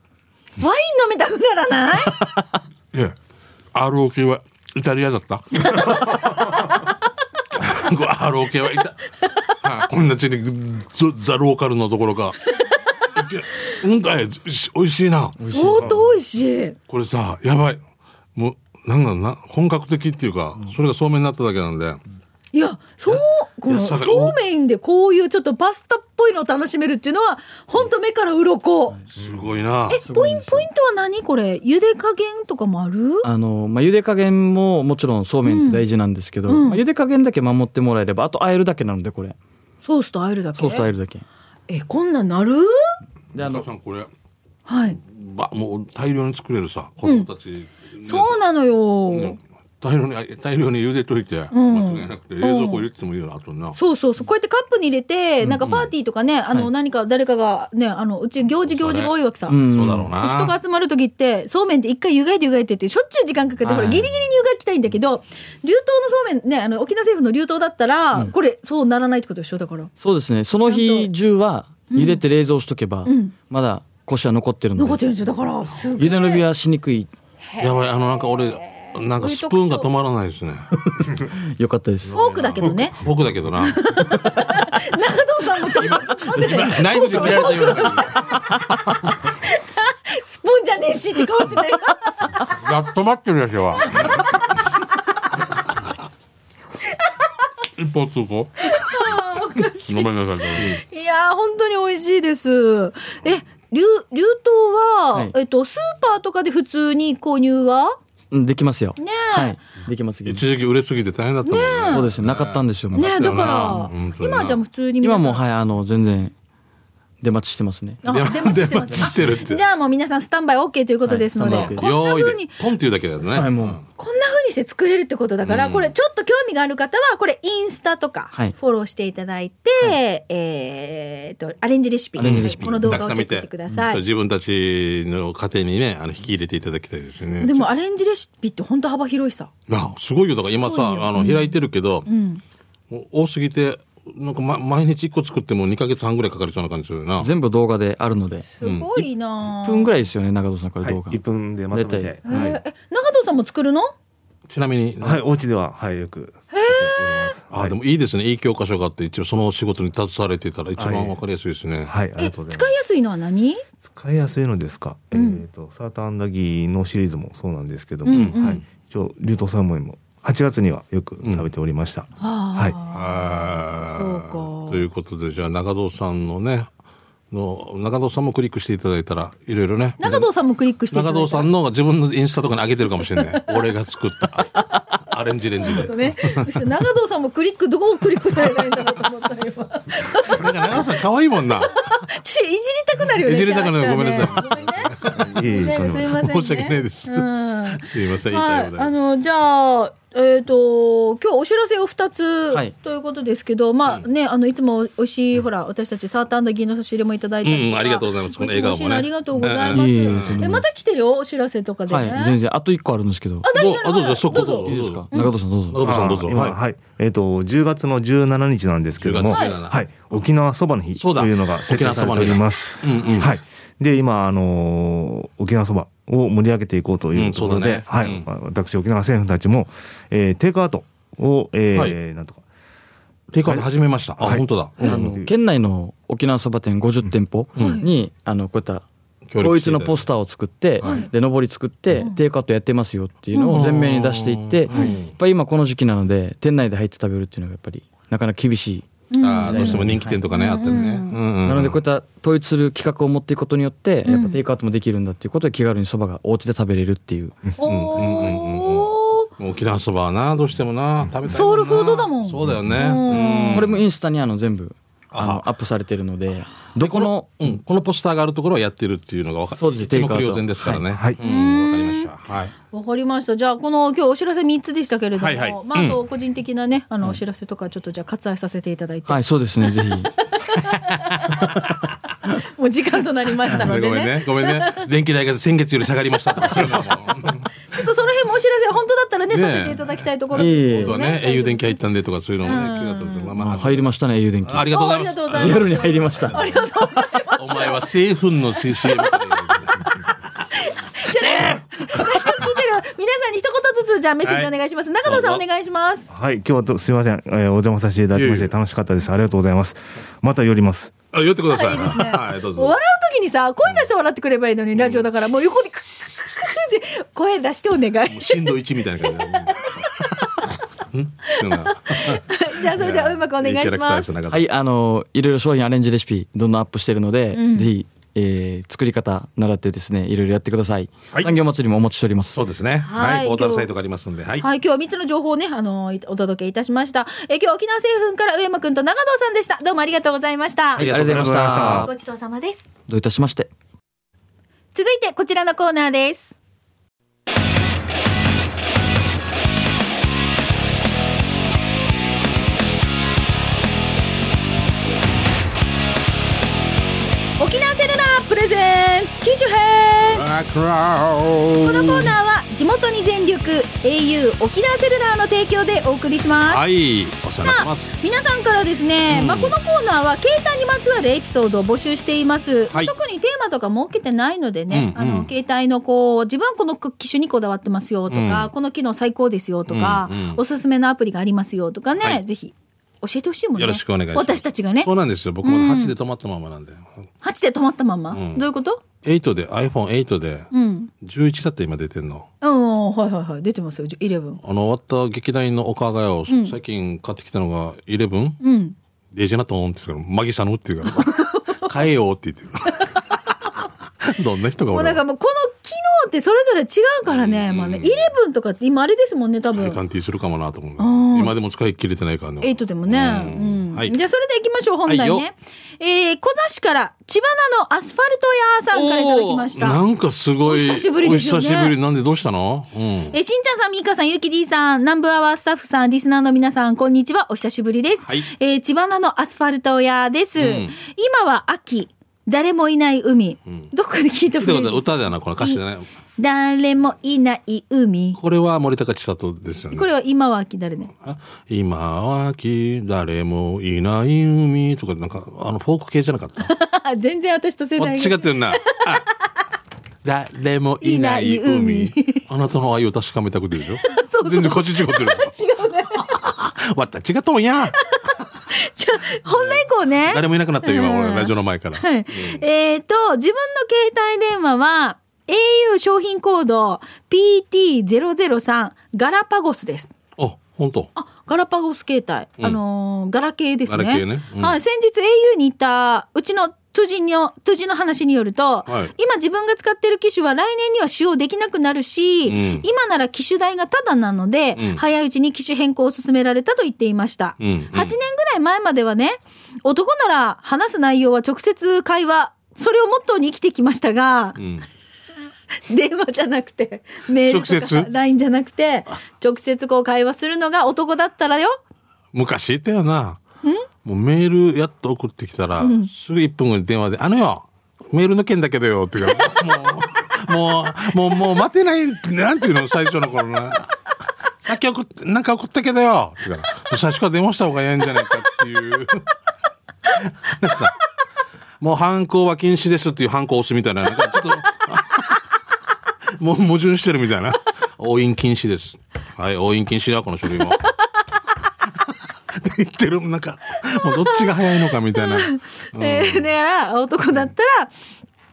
Speaker 1: ワイン飲みたくならない
Speaker 2: いや ROK はイタリアだった これ ROK はイタはいこんなちにザザローカルのところかいやうんだい 美味しいな
Speaker 1: 相当美味しい。
Speaker 2: これさやばいもうなんだろうな本格的っていうか、それがそうめんになっただけなんで、
Speaker 1: いや、そう、この
Speaker 2: いやそれ
Speaker 1: そうめんでこういうちょっとパスタっぽいのを楽しめるっていうのは、本当目から鱗。
Speaker 2: すごいな
Speaker 1: え、ポインポイントは何これ、茹で加減とかもある。
Speaker 3: あの、まあ、茹で加減ももちろんそうめんって大事なんですけど、
Speaker 1: うん
Speaker 3: まあ、茹で加減だけ守ってもらえれば、あと和えるだけなので、これ。
Speaker 1: ソースと和えるだけ。
Speaker 3: ソースと和えるだけ。
Speaker 1: え、こんなんなる。
Speaker 3: で、あ
Speaker 2: お母
Speaker 3: の
Speaker 2: さ、んこれ
Speaker 1: はい。
Speaker 2: ばもう大量に作れるさ子供たち、
Speaker 1: そうなのよ
Speaker 2: ね。大量に大量に茹でといて、
Speaker 1: ん
Speaker 2: 間違いなくて冷蔵庫入れてもいいよなあとな
Speaker 1: そうそうそう、こうやってカップに入れて、なんかパーティーとかね、あの、
Speaker 3: はい
Speaker 1: 何か誰かが、ね、あの、うち行事行事が多いわけさ。
Speaker 3: うん
Speaker 2: そうだろうな。
Speaker 1: うちとか集まる時ってそうめんって一回湯がいて湯がいてってしょっちゅう時間かけて
Speaker 3: はい
Speaker 1: ほらギリギリに湯がきたいんだけど流湯のそうめんねあの沖縄政府の流湯だったら、これそうならないってことでしょだから
Speaker 3: そうですね。そ
Speaker 1: ち
Speaker 3: の
Speaker 1: ゃん
Speaker 3: 日
Speaker 1: と
Speaker 3: 中は、茹でて冷蔵しとけば、
Speaker 1: ん
Speaker 3: まだコシは残ってるので。
Speaker 1: 残ってるんですよだからすごい
Speaker 3: 茹で伸びはしにくい。
Speaker 2: やばい、あの、なんか俺、なんかスプーンが止まらないですね。
Speaker 3: よかったです。
Speaker 1: フォークだけどね
Speaker 2: 僕だ けどな。
Speaker 1: 中藤さんもちょっと 突っ込んでて
Speaker 2: ナイフで切られたような感
Speaker 1: スプーンじゃねえしって顔してたよ
Speaker 2: じ。やっと待ってるや つは。一方通行。
Speaker 1: おかし
Speaker 2: ごめんなさい。
Speaker 1: いいやー本当に美味しいですえ流流湯は、
Speaker 3: はい
Speaker 1: えっと、スーパーとかで普通に購入は
Speaker 3: うん、できますよ。
Speaker 1: ねえ
Speaker 3: はい。できますけど。
Speaker 2: 一時期売れすぎて大変だったもんね。
Speaker 3: そうですね。なかったんですよ。まだ
Speaker 1: ねえだ
Speaker 2: よな
Speaker 1: か
Speaker 2: 本当
Speaker 1: ら
Speaker 2: に
Speaker 1: 今
Speaker 2: な
Speaker 1: はじゃあもう普通に皆
Speaker 3: 今
Speaker 1: さん
Speaker 3: もう、はい、あの、全然、出待ちしてますね。
Speaker 1: あ
Speaker 2: 出
Speaker 1: 出待ちしてま
Speaker 2: 出待ち
Speaker 1: す
Speaker 2: してるって
Speaker 1: じゃあもう皆さんスタンバイ OK ということですので、
Speaker 3: はいスタンバイ OK
Speaker 1: こんな
Speaker 2: 用意
Speaker 1: 風
Speaker 2: で
Speaker 1: に、
Speaker 2: トンっていうだけだよね。
Speaker 3: はい、も
Speaker 2: う。
Speaker 3: うん
Speaker 1: こんな風にして作れるってことだから、
Speaker 2: うん
Speaker 1: これちょっと興味がある方はこれインスタとか
Speaker 3: はい
Speaker 1: フォローしていただいて、えーっとアレンジレシピ
Speaker 3: アレンジレシピ
Speaker 1: この動
Speaker 2: た
Speaker 1: 画を
Speaker 2: くさん
Speaker 1: チェ
Speaker 2: 見
Speaker 1: ック
Speaker 2: て
Speaker 1: してくださ
Speaker 2: そう
Speaker 1: い。
Speaker 2: 自分たちの家庭にね、あの、引き入れていただきたいですよね。
Speaker 1: でもアレンジレシピって本当幅広いさ。
Speaker 2: なあすごいよ。だから今
Speaker 1: すごい
Speaker 2: さ、
Speaker 1: よ
Speaker 2: あの、開いてるけど、
Speaker 1: うん。
Speaker 2: もう多すぎて、なんか、ま、毎日一個作っても2ヶ月半ぐらいかかりそうな感じするよな。
Speaker 3: 全部動画であるので。
Speaker 1: すごいな
Speaker 3: 1
Speaker 1: ぁ、
Speaker 3: 分ぐらいですよね、長藤さん、これ
Speaker 4: はい
Speaker 3: 動画。
Speaker 4: 1分でまとめ
Speaker 3: 大
Speaker 4: て
Speaker 1: えー
Speaker 4: はい、
Speaker 1: え中藤さんも作るの
Speaker 2: ちなみに、
Speaker 4: はい、お家でははいよく作っております
Speaker 2: あ、でもいいですね。いい教科書があって、一応その仕事に携われてたら一番わかりやすいですね。
Speaker 4: はいあ
Speaker 1: え
Speaker 4: りがとうございます
Speaker 1: 使いやすいのは何
Speaker 4: 使いやすいのですか、
Speaker 1: うん
Speaker 4: えっ、とサーターアンダギーのシリーズもそうなんですけども、
Speaker 1: うんうん
Speaker 4: はい一応リュウトサーモンも8月にはよく食べておりました、
Speaker 1: は
Speaker 2: は
Speaker 1: そうか
Speaker 2: ということで、じゃあ中藤さんのね、の、中藤さんもクリックしていただいたら、いろいろね。
Speaker 1: 中藤さんもクリックしていただ
Speaker 2: 中
Speaker 1: いたら
Speaker 2: 藤さんのが自分のインスタとかに上げてるかもしれない。 俺が作った。アレンジレンジで。
Speaker 1: ね、長藤さんもクリックどこをクリックされないんだろうと思 った今
Speaker 2: なんか長藤さん可愛いもんな。
Speaker 1: ちょっといじりたくなるよね
Speaker 2: いじりたくなる
Speaker 1: キャラクターね
Speaker 4: いえいえ
Speaker 1: ごめんね
Speaker 4: とん
Speaker 1: すいませんね
Speaker 2: 申
Speaker 4: でもな
Speaker 2: し訳ないです
Speaker 1: うんは
Speaker 2: すいません、
Speaker 1: い
Speaker 2: 言いたいこと
Speaker 1: あのじゃあえっ、と今日お知らせを2
Speaker 3: はい
Speaker 1: つということですけど、まあねあのいつも美味しいほら私たちサーターアンダギーの差し入れもいただいて、
Speaker 2: うんありがとうございますこの笑顔もね
Speaker 1: ありがとうございます、
Speaker 3: いえいえとんでもない
Speaker 1: えまた来てるよお知らせとかでね、
Speaker 3: はい、全然。あと1個あるんですけど。
Speaker 2: どうあ、どうぞ、そこど
Speaker 1: ど
Speaker 2: うぞ。
Speaker 3: いいですか中藤さんどう
Speaker 2: 中
Speaker 3: ぞ。
Speaker 2: 藤さんどう
Speaker 4: あ
Speaker 2: ぞ。
Speaker 4: 今
Speaker 2: は
Speaker 4: はい、
Speaker 2: い。
Speaker 4: えっ、と10月の17日なんですけども、
Speaker 2: 10
Speaker 4: は
Speaker 2: 月
Speaker 4: い
Speaker 2: 17
Speaker 4: 沖縄そばの日
Speaker 2: そうだ
Speaker 4: というのが設定されております。
Speaker 2: うんうん。
Speaker 4: はい。で、今、あのー沖縄そばを盛り上げていこうというこ
Speaker 2: うんそう
Speaker 4: と
Speaker 2: だ
Speaker 4: で、
Speaker 2: ね
Speaker 4: はい、
Speaker 2: うん
Speaker 4: まあ私、沖縄政府たちも、えーテイクアウトを、えー
Speaker 2: はい
Speaker 4: なんとか、
Speaker 2: テイクアウト始めました。あ、
Speaker 4: はい
Speaker 2: 本当だ。
Speaker 3: あの県内の沖縄そば店50店舗に、あのこういった
Speaker 2: 協力していただいて
Speaker 3: 統一のポスターを作って、で上り作って、テイクアウトやってますよっていうのを前面に出していって、
Speaker 2: うん
Speaker 3: やっぱり今この時期なので店内で入って食べるっていうのがやっぱりなかなか厳しい、
Speaker 2: あーどうしても人気店とかね、あったりね。うんうん
Speaker 3: なのでこういった統一する企画を持っていくことによって、やっぱテイクアウトもできるんだっていうことで気軽にそばがお家で食べれるっていう、
Speaker 1: おー
Speaker 2: 沖縄そばはなどうしてもな食べたいもんな
Speaker 1: ソウルフードだもん
Speaker 2: そうだよね
Speaker 3: これもインスタにあの全部あの
Speaker 2: あ
Speaker 3: アップされてるのでどこの
Speaker 2: うん、うんこのポスターがあるところをやってるっていうのが分か
Speaker 3: そうです
Speaker 2: 一目
Speaker 3: テイクアウト
Speaker 2: 瞭然ですからね
Speaker 4: はいはい
Speaker 2: うんわかりましたはい
Speaker 1: わかりました。じゃあ、この今日お知らせ3つでしたけれども、
Speaker 2: はいはい
Speaker 1: まあ、あと個人的なね、あの、お知らせとか、ちょっとじゃあ、割愛させていただいて、
Speaker 3: はいそうですね ぜひ
Speaker 1: もう時間となりましたので
Speaker 2: ごめん
Speaker 1: ね。
Speaker 2: ねごめんね 電気代が先月より下がりましたとかそういうのも
Speaker 1: ちょっとその辺もお知らせ、本当だったらね、
Speaker 2: ねえ
Speaker 1: させていただきたいところですけ
Speaker 2: 本当
Speaker 1: ど
Speaker 2: は
Speaker 1: ね。
Speaker 2: ね英雄電気入ったんでとかそういうのもね気があったんですけどま
Speaker 3: あ
Speaker 2: あま
Speaker 3: 入りましたね au 電気
Speaker 2: あありがとうございます
Speaker 1: あありがとうござい
Speaker 3: リ
Speaker 1: ま
Speaker 3: アルに入りました
Speaker 2: お前は製粉の CM みたいな
Speaker 1: じゃあメッセージお願いします。中野さん
Speaker 2: どうぞ
Speaker 1: お願いします。
Speaker 4: はい、今日はどすみません、えーお邪魔させていただきまし
Speaker 2: いえいえ
Speaker 4: て楽しかったです。ありがとうございます。また寄ります。
Speaker 2: あ、言ってください。
Speaker 1: いいですね
Speaker 2: はい、ど
Speaker 1: 笑
Speaker 2: うぞ。
Speaker 1: う時にさ、声出して笑ってくればいいのに、ラジオだからもう横にクックックックッって声出してお願い。
Speaker 2: 震度一みたいな感じで。うんうん
Speaker 1: じゃ あそれではうまくお願いします。
Speaker 2: いいキャラクターですね中
Speaker 3: はい、あの、いろいろ商品アレンジレシピ、どんどんアップしてるので、
Speaker 1: うん
Speaker 3: ぜひ、えー作り方習ってですね、いろいろやってください。
Speaker 2: はい
Speaker 3: 産業祭りもお持ちしております
Speaker 2: そ。うですね。
Speaker 1: はい
Speaker 2: はい。ポータルサイトがありますんで。はい。
Speaker 1: はい、今日は3つの情報をね、あのーいお届けいたしました。えー今日は沖縄製粉から上山くんと長野さんでした。どうもありがとうございました。
Speaker 3: はいありがとうございまし
Speaker 4: ありがとうござい
Speaker 3: た
Speaker 1: ご。ちそうさまです。
Speaker 3: どういたしまして。
Speaker 1: 続いてこちらのコーナーです。沖縄セルラープレゼンツ機種編このコーナーは地元に全力 au 沖縄セルラーの提供でお送りします、
Speaker 2: はい。お世話になってます。
Speaker 1: 皆さんからですね、まあ、このコーナーは携帯にまつわるエピソードを募集しています、
Speaker 2: はい
Speaker 1: 特にテーマとか設けてないのでね、
Speaker 2: うんうん
Speaker 1: あの携帯のこう自分はこの機種にこだわってますよとか、
Speaker 2: うん
Speaker 1: この機能最高ですよとか、
Speaker 2: うんうん
Speaker 1: おすすめのアプリがありますよとかね、
Speaker 2: はい
Speaker 1: ぜひ教えてほしいもんね
Speaker 2: よろしくお願いします
Speaker 1: 私たちがね
Speaker 2: そうなんですよ。僕も8で止まったままなんで。
Speaker 1: 8で止まったまんま、
Speaker 2: うん
Speaker 1: どういうこと
Speaker 2: 8で、iPhone8 で、
Speaker 1: うん
Speaker 2: 11だって今出てんの。
Speaker 1: うんはいはいはい出てますよ11
Speaker 2: あの、終わった劇団員のおかがよ、
Speaker 1: ん
Speaker 2: 最近買ってきたのが 11?
Speaker 1: うん
Speaker 2: デジェナと思うんですけど、マギさんのって言う から、変えようって言ってる。 どんな人が
Speaker 1: もうだ
Speaker 2: 俺を
Speaker 1: からもうこの機能ってそれぞれ違うからね、まあね11とかって今あれですもんね多分
Speaker 2: 体感 T するかもなと思う
Speaker 1: うん
Speaker 2: ね。今でも使い切れてないから
Speaker 1: エ
Speaker 2: ね
Speaker 1: イ。トでもね。
Speaker 2: うん
Speaker 1: うん
Speaker 2: はい
Speaker 1: じゃあそれで行きましょう、本題ね。
Speaker 2: はいよ
Speaker 1: えー、小座市から、千葉なのアスファルト屋さんからいただきまし
Speaker 2: な
Speaker 1: た。
Speaker 2: んかすごい。
Speaker 1: お久しぶりですよね
Speaker 2: お久しぶり。なんでどうしたのうん。
Speaker 1: えー、しんちゃんさん、みーかさん、ゆき D さん、南部アワースタッフさん、リスナーの皆さん、こんにちは。お久しぶりです。
Speaker 2: はい
Speaker 1: えー、千葉なのアスファルト屋です。
Speaker 2: ん
Speaker 1: 今は秋、誰もいない海。
Speaker 2: ん
Speaker 1: どこで聞いた
Speaker 2: っ
Speaker 1: フ
Speaker 2: て
Speaker 1: レーズ
Speaker 2: ことは歌じゃない、この歌詞じゃない。
Speaker 1: 誰もいない海。
Speaker 2: これは森高千里ですよね。
Speaker 1: これは今は秋誰ね。
Speaker 2: あ今は秋、誰もいない海とか、なんか、あの、フォーク系じゃなか った。
Speaker 1: 全然私と世
Speaker 2: あ
Speaker 1: 代
Speaker 2: 違
Speaker 1: が。
Speaker 2: ってるな。あ誰もいない
Speaker 1: い
Speaker 2: 海
Speaker 1: ない。
Speaker 2: あなたの愛を確かめたくてでしょ
Speaker 1: そうそう
Speaker 2: 全然こっち違って る。違うね。わった、違っとんや。
Speaker 1: じゃあ本題行こうね。
Speaker 2: 誰もいなくなったよ、今、
Speaker 1: う
Speaker 2: 俺、
Speaker 1: ん
Speaker 2: ラジオの前から。
Speaker 1: はい。えっ、と、自分の携帯電話は、au 商品コード PT003 ガラパゴスです。
Speaker 2: あ、本当。
Speaker 1: あ、ガラパゴス携帯。
Speaker 2: うん
Speaker 1: あのーガラケーですね。
Speaker 2: ガラケーねうん
Speaker 1: はい。先日 au に行った、うちの辻の、辻の話によると、
Speaker 2: はい
Speaker 1: 今自分が使ってる機種は来年には使用できなくなるし、
Speaker 2: うん
Speaker 1: 今なら機種代がタダなので、
Speaker 2: うん
Speaker 1: 早いうちに機種変更を勧められたと言っていました。
Speaker 2: うんうん
Speaker 1: 8年ぐらい前まではね、男なら話す内容は直接会話、それをモットーに生きてきましたが
Speaker 2: う、ん。
Speaker 1: 電話じゃなくて、メール
Speaker 2: 直
Speaker 1: とか
Speaker 2: 接
Speaker 1: LINE じゃなくて、直接こう会話するのが男だったらよ。
Speaker 2: 昔言ったよな。もうメールやっと送ってきたら、すぐ1分後に電話で、あのよ、メールの件だけどよ、って言うからもう、もう、もう、もう待てない、なんていうの、最初の頃な。さっき送って、なんか送ったけどよ、って言うから、最初から電話した方がいいんじゃないかっていう。さもう犯行は禁止ですっていう犯行を押すみたいな、なんかちょっと、もう矛盾してるみたいな。押印禁止です。はい、押印禁止だ、この書類も。って言ってる、なんか、もうどっちが早いのかみ たいな。
Speaker 1: えーだから、男だったら、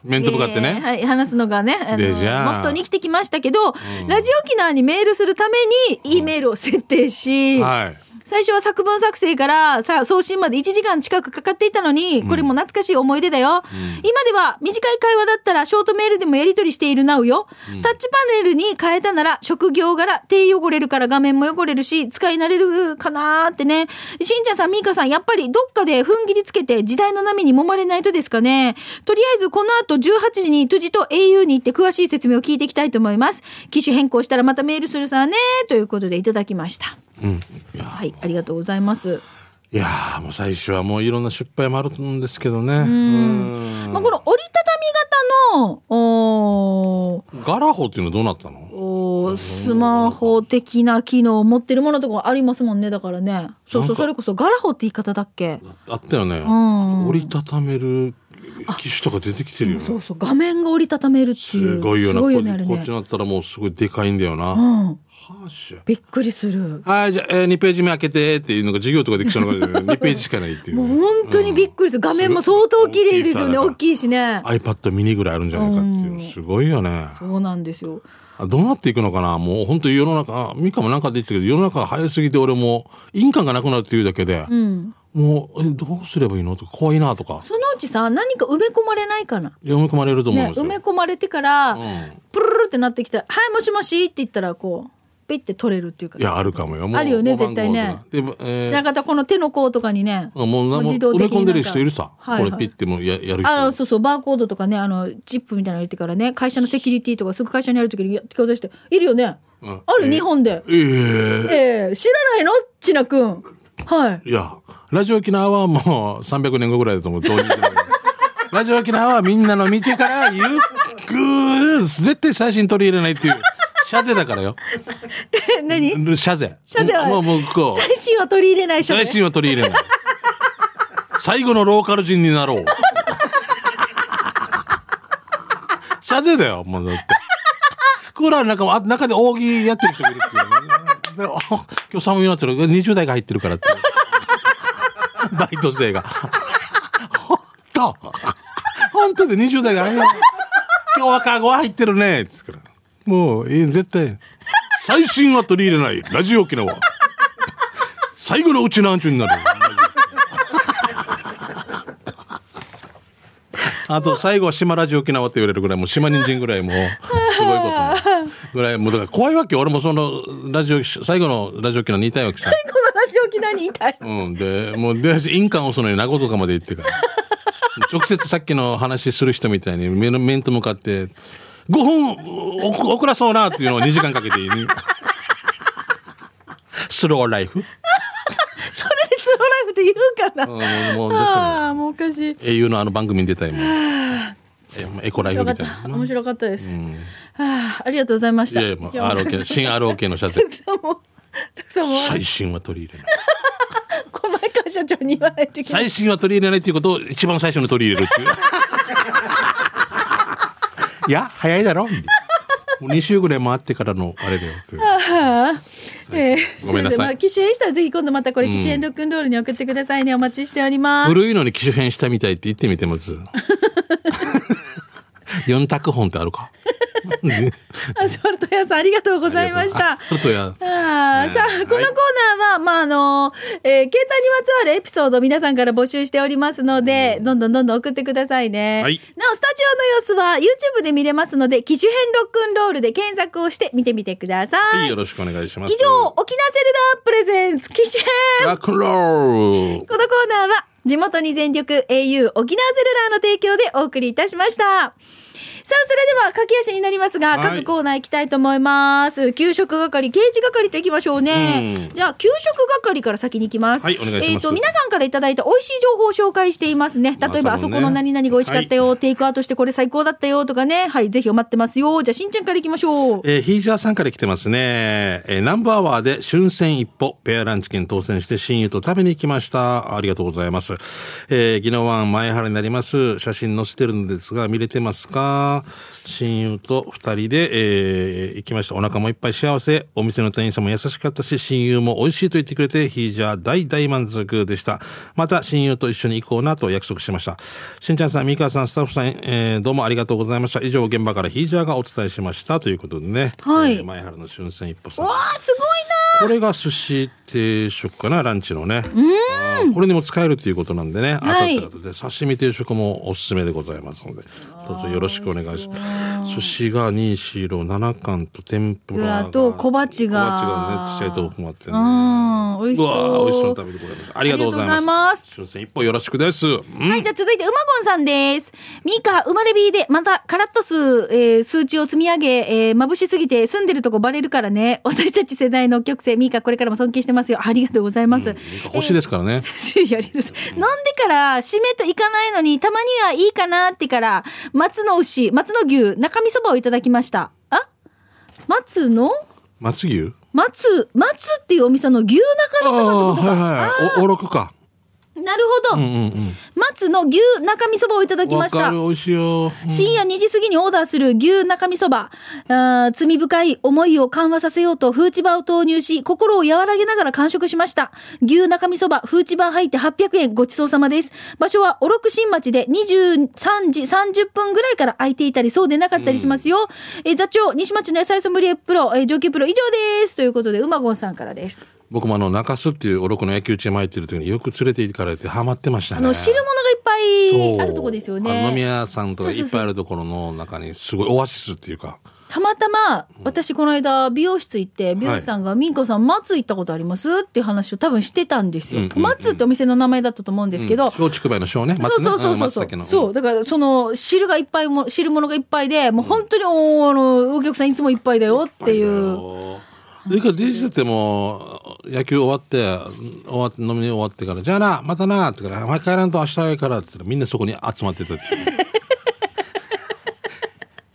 Speaker 2: 面と向かって
Speaker 1: えー
Speaker 2: ね。
Speaker 1: はい、話すのがね、あの、モ
Speaker 2: でじゃあ
Speaker 1: ットーに生きてきましたけど、ラジオ沖縄にメールするために、E メールを設定し、
Speaker 2: はい。
Speaker 1: 最初は作文作成からさ送信まで1時間近くかかっていたのに、これも懐かしい思い出だよ、今では短い会話だったらショートメールでもやり取りしているなうよ、タッチパネルに変えたなら職業柄手汚れるから画面も汚れるし使い慣れるかなーってねしんちゃんさんみーかさんやっぱりどっかで踏ん切りつけて時代の波に揉まれないとですかねとりあえずこの後18時にトゥジと au に行って詳しい説明を聞いていきたいと思います機種変更したらまたメールするさねということでいただきました
Speaker 2: うん。いや
Speaker 1: はい、ありがとうございます。
Speaker 2: いやーもう最初はもういろんな失敗もあるんですけどね。うん
Speaker 1: まあ、この折りたたみ型の、おー
Speaker 2: ガラホっていうのはどうなったの
Speaker 1: おースマホ的な機能を持ってるものとかありますもんね、だからね。そうそ
Speaker 2: な
Speaker 1: う、
Speaker 2: んか
Speaker 1: それこそガラホって言い方だっけ
Speaker 2: あったよね。
Speaker 1: ん
Speaker 2: 折りたためる機種とか出てきてるよ
Speaker 1: そ
Speaker 2: ね
Speaker 1: う。そう、画面が折りたためるっていう。
Speaker 2: すごいよな。
Speaker 1: すごいよ
Speaker 2: こ
Speaker 1: ね、あれ
Speaker 2: こっ
Speaker 1: ね
Speaker 2: ち。になったらもうすごいでかいんだよ
Speaker 1: う
Speaker 2: な。
Speaker 1: ん。
Speaker 2: はあしゃ
Speaker 1: びっくりする。
Speaker 2: はい、じゃあ、えー、2ページ目開けてっていうのが授業とかできそうな感じで、2ページしかないっていう。
Speaker 1: もう本当にびっくりする。画面も相当綺麗ですよね。大
Speaker 2: い。
Speaker 1: きいしね。
Speaker 2: iPad ミニぐらいあるんじゃないかっていう。すごいよね。
Speaker 1: そうなんですよ。
Speaker 2: あどうなっていくのかなもう本当に世の中、ミカもなんか出てたけど、世の中が早すぎて俺もう印鑑がなくなるっていうだけで、
Speaker 1: うん。
Speaker 2: もう、え、どうすればいいのとか、怖いなとか、
Speaker 1: そのうちさ、何か埋め込まれないかな。
Speaker 2: 読み込まれると思うん
Speaker 1: ね、
Speaker 2: です
Speaker 1: 埋
Speaker 2: よ。
Speaker 1: め込まれてから、
Speaker 2: うん
Speaker 1: プルルルってなってきたら、はい、もしもしって言ったら、こう、ピッて取れるっていうか。
Speaker 2: いや、あるかもよ。もう
Speaker 1: あるよね
Speaker 2: もう番号
Speaker 1: 絶対ね
Speaker 2: とかで、えー
Speaker 1: じゃなかったらこの手の甲とかにね、
Speaker 2: もうなもう
Speaker 1: 自動的
Speaker 2: 埋め
Speaker 1: になんか
Speaker 2: 込んでる人いるさ。
Speaker 1: はいはい
Speaker 2: これピッてもうややる人。
Speaker 1: あのそうそうバーコードとかねあのチップみたいなの入れてからね会社のセキュリティとかすぐ会社にある時に教材しているよね、
Speaker 2: うん
Speaker 1: ある、日本で
Speaker 2: えー
Speaker 1: ええ知らないのちなくんはい
Speaker 2: いや、ラジオ沖縄はもう300年後ぐらいだと思う。どうに でもラジオ沖縄はみんなの見てから、ゆっくー、絶対最新取り入れないっていう。シャゼだからよ。
Speaker 1: え何
Speaker 2: シャゼ。
Speaker 1: シャゼは
Speaker 2: もう、もう、こう。
Speaker 1: 最新は取り入れない社
Speaker 2: 最
Speaker 1: ね
Speaker 2: 新は取り入れない。最後のローカル人になろう。シャゼだよ、もうだって。クーラーの中も、あ中で扇やってる人もいるっていうね、でお今日寒いなってる。20代が入ってるからっていう。バイト生が。ほんと。ほんとで20代が入る。今日はカゴ入ってるね。つってからもう、え絶対。最新は取り入れない。ラジオ沖縄。最後のうちなんちゅになる。あと最後は島ラジオ沖縄って言われるぐらいもう島人参ぐらいもうすごいことぐらいもうだから怖いわけよ俺もそのラジオ最後のラジオ沖縄にいたいわけさ、
Speaker 1: このラジオ沖縄にいたい
Speaker 2: うん、でもうで印鑑をそのように名古屋とかまで行ってから直接さっきの話する人みたいに面面と向かって5分お遅らそうなっていうのを2時間かけていいスローライフ
Speaker 1: それでスローライフって言うかな、
Speaker 2: うんもうもうですよね
Speaker 1: ああもうおかしい
Speaker 2: 英雄のあの番組に出たいもん。えエコライフ
Speaker 1: よか
Speaker 2: み
Speaker 1: った
Speaker 2: い
Speaker 1: た
Speaker 2: な。
Speaker 1: 面白かったです、はあありがとうございまし
Speaker 2: い
Speaker 1: た
Speaker 2: やいや、もう
Speaker 1: 今日も
Speaker 2: ROK、新 ROK の社
Speaker 1: た
Speaker 2: 長。
Speaker 1: くさんもたくさんも
Speaker 2: 最新は取り入れない。
Speaker 1: 小前川社長に言わないといけない
Speaker 2: 最新は取り入れないっていうことを一番最初に取り入れるっていう。いや、早いだろ。もう2週ぐらい回ってからのあれだよっていう。
Speaker 1: ええ
Speaker 2: ごめんなさ
Speaker 1: すいませ
Speaker 2: い
Speaker 1: まあ、機種変したらぜひ今度またこれ機種変ロックンロールに送ってくださいね。お待ちしております。
Speaker 2: 古いのに機種変したみたいって言ってみて ます。4択本ってあるか。
Speaker 1: アスファルト屋さんありがとうございました。
Speaker 2: ちょっとや。
Speaker 1: ああ
Speaker 2: ね
Speaker 1: さあ、このコーナーは、まあ、あの、えー携帯にまつわるエピソードを皆さんから募集しておりますので、どんどんどんどん送ってくださいね。
Speaker 2: はい
Speaker 1: なお、スタジオの様子は YouTube で見れますので、機種変ロックンロールで検索をして見てみてくださ。
Speaker 2: はいい、よろしくお願いします。
Speaker 1: 以上、沖縄セルラープレゼンツ、機種変
Speaker 2: ラックンロール。
Speaker 1: このコーナーは地元に全力 au 沖縄セルラーの提供でお送りいたしました。さあ、それでは駆け足になりますが、
Speaker 2: はい
Speaker 1: 各コーナー行きたいと思います。給食係、刑事係と行きましょうね。
Speaker 2: うん
Speaker 1: じゃあ、給食係から先に行きます。
Speaker 2: はいお願いします
Speaker 1: えっ、と、皆さんからいただいた美味しい情報を紹介していますね。例えば、
Speaker 2: まあ
Speaker 1: あ
Speaker 2: そ
Speaker 1: そう
Speaker 2: ね
Speaker 1: この何々が美味しかったよ、テイクアウトしてこれ最高だったよとかね。はい、ぜひお待ってますよ。じゃあ、しんちゃんから行きましょう。
Speaker 2: えーヒージャーさんから来てますね。えーナンバーワーで春戦一歩、ペアランチ券当選して親友と食べに行きました。ありがとうございます。えー、宜野湾前原になります。写真載せてるんですが、見れてますか親友と二人で、えー行きました。お腹もいっぱい幸せ。お店の店員さんも優しかったし、親友も美味しいと言ってくれて、ヒージャー大大満足でした。また親友と一緒に行こうなと約束しました。しんちゃんさん、三川さん、スタッフさん、えーどうもありがとうございました。以上、現場からヒージャーがお伝えしました。ということでね。
Speaker 1: はい
Speaker 2: えー前原の春戦一歩さん
Speaker 1: わ。あ、すごい
Speaker 2: これが寿司定食かな、ランチのね。あーこれにも使えるということなんでね。当た
Speaker 1: はい
Speaker 2: ったことで、刺身定食もおすすめでございますので、どうぞよろしくお願いします。寿司が2、4、7巻と天ぷら
Speaker 1: う
Speaker 2: が。
Speaker 1: わと小鉢が
Speaker 2: 小鉢がね、ちっちゃい豆腐もあってね。
Speaker 1: な。うん、美味しそ
Speaker 2: う
Speaker 1: う。
Speaker 2: わー美味しそうに食べてございました。ありがとうござい
Speaker 1: ありがとうござい
Speaker 2: ま
Speaker 1: ますす。
Speaker 2: 春戦一歩よろしくです。うん
Speaker 1: はい、じゃあ続いて、うまごんさんです。ミーカー、生まれびで、また、カラッと数、えー数値を積み上げ、えー眩しすぎて、住んでるとこバレるからね。 私たち世代の曲生、ミーカー、これからも尊敬してますよ。ありがとうございます。
Speaker 2: 星ですからね。
Speaker 1: いやりです飲んでから締めといかないのにたまにはいいかなってから松の牛松の牛中身そばをいただきましたあ松の
Speaker 2: 松牛
Speaker 1: 松松っていうお店の牛中身そばってことか
Speaker 2: あーはいはい。お、おろくか。
Speaker 1: なるほど、
Speaker 2: うんうんうん。
Speaker 1: 松の牛中身そばをいただきま
Speaker 2: わ
Speaker 1: した
Speaker 2: かる、美味しいよ。うん
Speaker 1: 深夜2時過ぎにオーダーする牛中身そば。あー罪深い思いを緩和させようと、フーチバーを投入し、心を和らげながら完食しました。牛中身そば、フーチバー入って800円、ごちそうさまです。場所は、おろく新町で23時30分ぐらいから空いていたり、そうでなかったりしますよ。えー座長、西町の野菜ソムリエプロ、えー上級プロ以上です。ということで、うまごんさんからです。
Speaker 2: 僕もあの、中洲っていうおろこの野球チーム入ってる時によく連れて行かれてハマってました
Speaker 1: あ
Speaker 2: ね。
Speaker 1: の、汁物がいっ
Speaker 2: そう
Speaker 1: ぱいあるとこですよ
Speaker 2: あの飲み
Speaker 1: ね。
Speaker 2: 屋さんとかいっぱいあるところの中にすごいオアシスっていうか。
Speaker 1: たまたま私この間美容室行って美容師さんが「ミンコさん松行ったことあります?」っていう話を多分してたんですよ。
Speaker 2: うんうんうん
Speaker 1: 松ってお店の名前だったと思うんですけど、
Speaker 2: うん松竹梅の小ね。松
Speaker 1: そう
Speaker 2: ね
Speaker 1: そうそうそうそう,、
Speaker 2: ん松茸の
Speaker 1: そうだからその汁がいっぱいも汁物がいっぱいでもう本当におーあのお客さんいつもいっぱいだよっていう。
Speaker 2: でからデジってもう野球終わって終わって飲み終わってから「じゃあなまたな」って言うから「毎回らんと明日やから」って言ったらみんなそこに集まってたっていう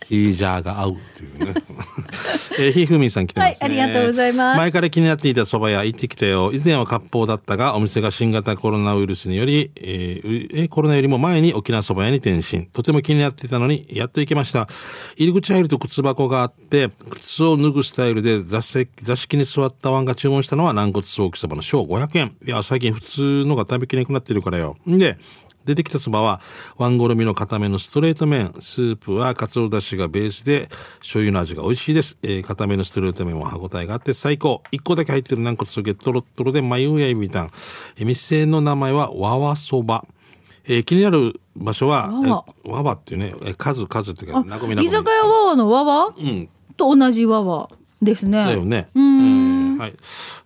Speaker 2: ヒージャーが合うっていうね えーひふみんさん来てますね
Speaker 1: はいありがとうございます
Speaker 2: 前から気になっていた蕎麦屋行ってきたよ以前は割烹だったがお店が新型コロナウイルスにより、えーうえコロナよりも前に沖縄蕎麦屋に転身とても気になっていたのにやっと行けました入り口入ると靴箱があって靴を脱ぐスタイルで座席座敷に座ったワンが注文したのは軟骨ソーキそばの小500円いや最近普通のが食べきれなくなってるからよんで出てきたそばはワン好みの固めのストレート麺スープはかつおだしがベースで醤油の味が美味しいです、えー、固めのストレート麺も歯ごたえがあって最高1個だけ入ってる軟骨そげトロットロで眉やエビタン、えー店の名前はわわそば、えー気になる場所
Speaker 1: わ
Speaker 2: は
Speaker 1: わ
Speaker 2: えーわわっていうね、えー、数数っていうか
Speaker 1: あ
Speaker 2: なごみなごみ
Speaker 1: 居酒屋わわのわわ
Speaker 2: うん
Speaker 1: と同じわわですね。
Speaker 2: だよね。
Speaker 1: うーん
Speaker 2: はい。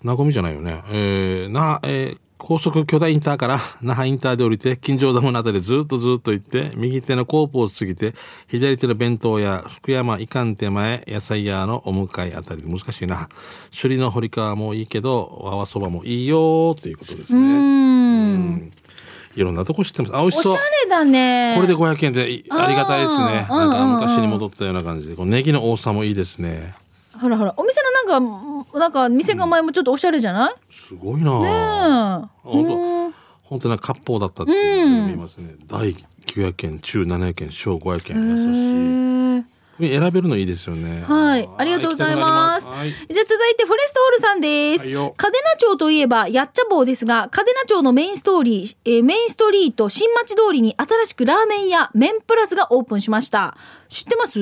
Speaker 2: なごみじゃないよね。えー、な、えー高速巨大インターから 那覇インターで降りて金城ダムのあたりずっとずっと行って右手のコープを過ぎて左手の弁当屋福山いかん手前野菜屋のお向かいあたりで難しいな首里の堀川もいいけどわわそばもいいよーっていうことです
Speaker 1: う
Speaker 2: ね
Speaker 1: ーん
Speaker 2: いろんなとこ知ってますあ美味し
Speaker 1: おし
Speaker 2: そう
Speaker 1: ゃれだね。
Speaker 2: これで500円でい
Speaker 1: あー
Speaker 2: ありがたいですね
Speaker 1: うん
Speaker 2: なんか
Speaker 1: うんうん
Speaker 2: 昔に戻ったような感じでこうネギの多さもいいですね
Speaker 1: ほらほらお店のなんかなんか店構えもちょっとおしゃれじゃない？
Speaker 2: すごいな
Speaker 1: ねえ
Speaker 2: あ本当
Speaker 1: うん
Speaker 2: 本当な割烹だったっていうのが見えますね、第900円中700円小500円優しい
Speaker 1: へえ
Speaker 2: これ選べるのいいですよね
Speaker 1: はい
Speaker 2: ー
Speaker 1: ありがとうございます
Speaker 2: 行きたくなり
Speaker 1: じゃあ続いてフォレストオールさんです。
Speaker 2: はいよ
Speaker 1: 嘉手納町といえばやっちゃ坊ですが、嘉手納町のメインストーリー、えーメインストリート新町通りに新しくラーメン屋麺プラスがオープンしました。知ってます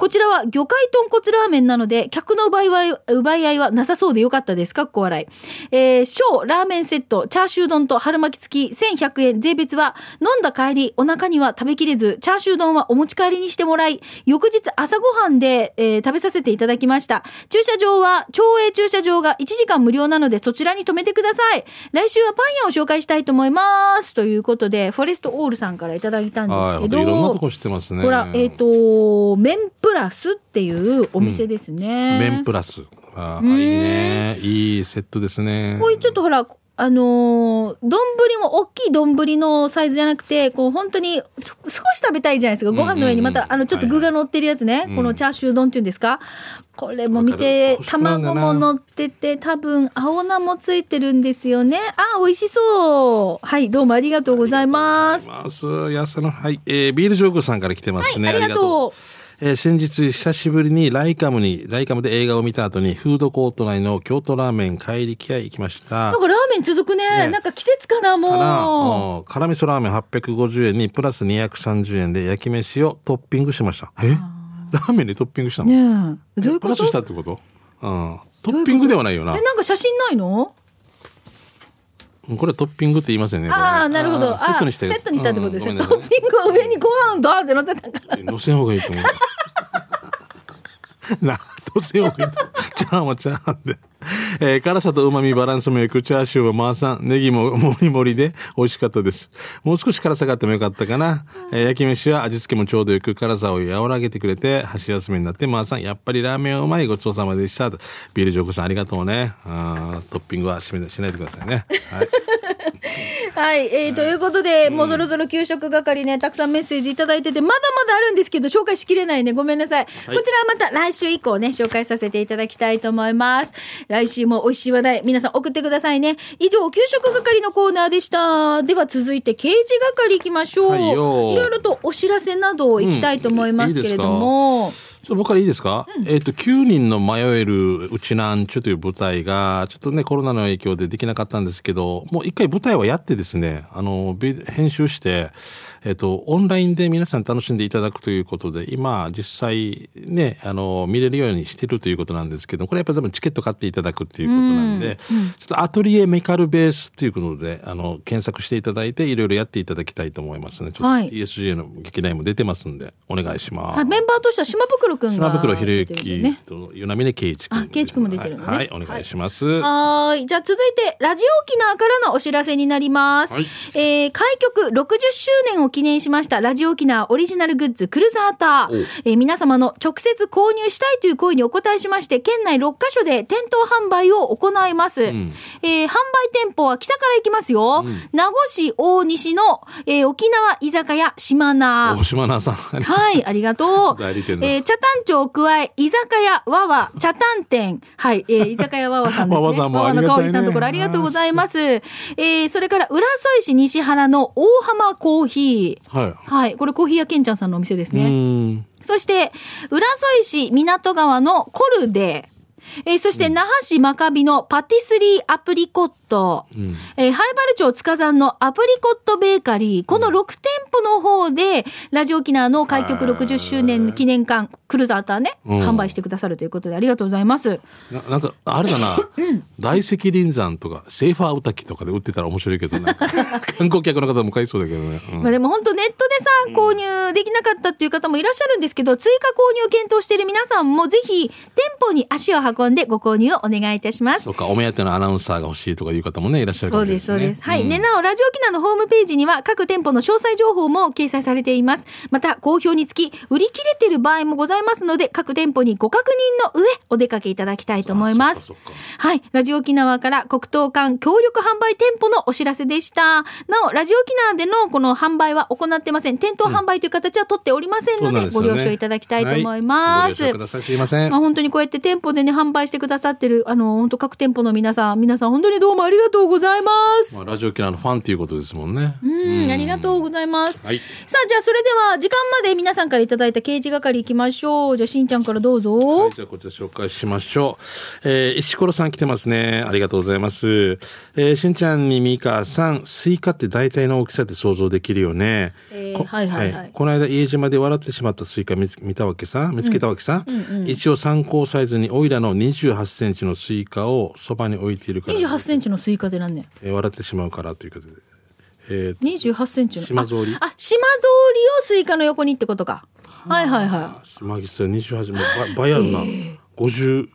Speaker 1: こちらは魚介豚骨ラーメンなので、客の奪い合い奪い合いはなさそうでよかったです。かっこ笑い。えー小ラーメンセット、チャーシュー丼と春巻き付き1100円、税別は飲んだ帰り、お腹には食べきれず、チャーシュー丼はお持ち帰りにしてもらい、翌日朝ごはんで、えー食べさせていただきました。駐車場は、町営駐車場が1時間無料なので、そちらに止めてください。来週はパン屋を紹介したいと思います。ということで、フォレストオールさんからいただいたんで
Speaker 2: ますは
Speaker 1: す
Speaker 2: い本
Speaker 1: け
Speaker 2: 当
Speaker 1: ど、
Speaker 2: いろんなとこ知ってますね
Speaker 1: ほら、えっ、と、麺プラスっていうお店ですね。
Speaker 2: 麺プラスあーいいねいいセットですね
Speaker 1: こういうちょっとほら、あのー、丼も大きい丼のサイズじゃなくて、こう本当にそ少し食べたいじゃないですか。ご飯の上にま
Speaker 2: うんうんう
Speaker 1: た、
Speaker 2: ん
Speaker 1: あの、ちょっと具が乗ってるやつね。
Speaker 2: いはい
Speaker 1: このチャーシュー丼っていうんですか。これも見て
Speaker 2: わ、かる
Speaker 1: 卵も乗ってて、多分青菜もついてるんですよね。あ、美味しそう。はい、どうもありがとうございます。
Speaker 2: ます安野はい、えービールジョークさんから来てますね、
Speaker 1: はいありがと
Speaker 2: ありがとうえー先日久しぶりにライカムにライカムで映画を見た後にフードコート内の京都ラーメン怪力屋行きました
Speaker 1: なんかラーメン続くね。
Speaker 2: ね
Speaker 1: なんか季節かな、
Speaker 2: かな
Speaker 1: もう。
Speaker 2: うん辛味噌ラーメン850円にプラス230円で焼き飯をトッピングしましたえラーメンにトッピングしたの、
Speaker 1: ねえ。どういう
Speaker 2: プ
Speaker 1: こ
Speaker 2: ラ
Speaker 1: と
Speaker 2: スしたってことうんトッピングではないよな
Speaker 1: え、なんか写真ないの
Speaker 2: うんこれはトッピングって言いませんねこれね
Speaker 1: ああ、なるほど。
Speaker 2: あーセットにして
Speaker 1: あーセットにしたってことです
Speaker 2: う
Speaker 1: ね。
Speaker 2: ん
Speaker 1: ト
Speaker 2: ごめんな
Speaker 1: ッピングを上にご飯をドーンって乗せたから。
Speaker 2: さい乗せん方がいいと思う な乗せん方がいいと思うチャーハンはチャーハンでえー辛さとうまみバランスもよくチャーシューはマーさんネギももりもりで美味しかったですもう少し辛さがあってもよかったかな、えー焼き飯は味付けもちょうどよく辛さを和らげてくれて箸休めになってマーさんやっぱりラーメンはうまいごちそうさまでしたとビールジョークさんありがとうねあートッピングはしめしないでくださいねはい
Speaker 1: はい、えー、ということで、もうそろそろ給食係ね、たくさんメッセージいただいてて、まだまだあるんですけど、紹介しきれないね。ごめんなさい。こちらはまた来週以降ね、紹介させていただきたいと思います。来週も美味しい話題、皆さん送ってくださいね。以上、給食係のコーナーでした。では続いて、刑事係行きましょう。
Speaker 2: はい
Speaker 1: い
Speaker 2: よ
Speaker 1: ろいろとお知らせなど行きたいと思いますけれども。
Speaker 2: ちょっと僕からいいですか、えっ、と、9人の迷えるうちなんちゅという舞台が、ちょっとね、コロナの影響でできなかったんですけど、もう一回舞台はやってですね、あの、ビ編集して、えっ、と、オンラインで皆さん楽しんでいただくということで、今、実際ね、あの、見れるようにしてるということなんですけど、これやっぱ多分チケット買っていただくっていうことなんで、ちょっとアトリエメカルベースっていうことで、あの、検索していただいて、いろいろやっていただきたいと思いますね。ちょ
Speaker 1: は
Speaker 2: っ
Speaker 1: い
Speaker 2: と TSJ の劇団員も出てますんで、お願いします。
Speaker 1: はい、メンバーとしては島袋くんが
Speaker 2: 島袋
Speaker 1: 出
Speaker 2: 秀
Speaker 1: てるんだよね。
Speaker 2: 之と与那嶺圭一君
Speaker 1: あ圭一君も出てるのね
Speaker 2: はい、はいお願いします、
Speaker 1: はーい。じゃあ続いて、ラジオ沖縄からのお知らせになります。
Speaker 2: はい
Speaker 1: えー開局60周年を記念しました、ラジオ沖縄オリジナルグッズ、クルザータ
Speaker 2: お
Speaker 1: ー。えー皆様の直接購入したいという声にお応えしまして、県内6カ所で店頭販売を行います。
Speaker 2: ん
Speaker 1: えー販売店舗は北から行きますよ。名護市大西の、えー沖縄居酒屋島名
Speaker 2: 大。島奈さん
Speaker 1: はい、ありがとう。
Speaker 2: 代理店だ
Speaker 1: えー、茶炭町を加え、居酒屋わわ、茶炭店。はい、えー、居酒屋わわさんですね。
Speaker 2: わわさんもあ
Speaker 1: の
Speaker 2: りがたい
Speaker 1: 香
Speaker 2: ね
Speaker 1: りさんのところありがとうございます。えー、それから、浦添市西原の大浜コーヒー。
Speaker 2: はい
Speaker 1: はい、これコーヒー屋けんちゃんさんのお店です
Speaker 2: う
Speaker 1: ね。
Speaker 2: ーん
Speaker 1: そして、浦添市港川のコルデ。えーそして、那覇市真壁のパティスリーアプリコット。
Speaker 2: ん
Speaker 1: えー、灰原町塚山のアプリコットベーカリー。この6店舗の方で、ラジオ沖縄の開局60周年記念館、クルーザーターね、
Speaker 2: うん
Speaker 1: 販売してくださるということで、ありがとうございます。
Speaker 2: ななんかあれだな、大石林山とかセーファーウタキとかで売ってたら面白いけどね 観光客の方も買いそうだけどね、うん
Speaker 1: まあでも本当ネットでさ、購入できなかったっていう方もいらっしゃるんですけど、追加購入を検討している皆さんも、ぜひ、店舗に足を運んでご購入をお願いいたします
Speaker 2: そ。うかお目当てのアナウンサーが欲しいとかいう方もねいらっしゃるか
Speaker 1: そ
Speaker 2: も
Speaker 1: うで
Speaker 2: しれない
Speaker 1: す、そうです。はい。ね、
Speaker 2: ね
Speaker 1: なお、ラジオ沖縄のホームページには各店舗の詳細情報も掲載されています。また、好評につき、売り切れてる場合もございますので、各店舗にご確認の上、お出かけいただきたいと思いま
Speaker 2: あ
Speaker 1: す
Speaker 2: そっ。かそっか
Speaker 1: はい。ラジオ沖縄から黒糖館協力販売店舗のお知らせでした。なお、ラジオ沖縄でのこの販売は行ってません。店頭販売という形は取っておりません
Speaker 2: そ
Speaker 1: の
Speaker 2: うな
Speaker 1: で、
Speaker 2: んです
Speaker 1: ご
Speaker 2: よね
Speaker 1: 了承いただきたいと思います。
Speaker 2: はいご了承くださいすいません
Speaker 1: まあ、本当にこうやって店舗でね、販売してくださってる、あの、本当各店舗の皆さん、皆さん本当にどうもありがとうございます。
Speaker 2: まあ、ラジオキラーのファンということですもんね
Speaker 1: うん、ありがとうございます。
Speaker 2: はい
Speaker 1: さあ、じゃあそれでは、時間まで皆さんからいただいた刑事係行きましょう。じゃあ、しんちゃんからどう
Speaker 2: は
Speaker 1: ぞ
Speaker 2: い、。じゃあこちら紹介しましょう。えー、石ころさん来てますね。ありがとうございます。えー、しんちゃんにみかさん、スイカって大体の大きさって想像できるよね。
Speaker 1: えー
Speaker 2: こ
Speaker 1: はいはいはい
Speaker 2: この間家島で笑ってしまったスイカ見つ見たわけさ、見つけたわけさ。一応参考サイズにオイラの28センチのスイカをそばに置いているから、
Speaker 1: 28センチのスイカでなんね
Speaker 2: えー笑ってしまうからということで。えー
Speaker 1: 28センチの。
Speaker 2: 島ぞうり
Speaker 1: あ、あ島ぞうりをスイカの横にってことか。はいはいはい。
Speaker 2: マギスさん28、もう倍倍あるな。50、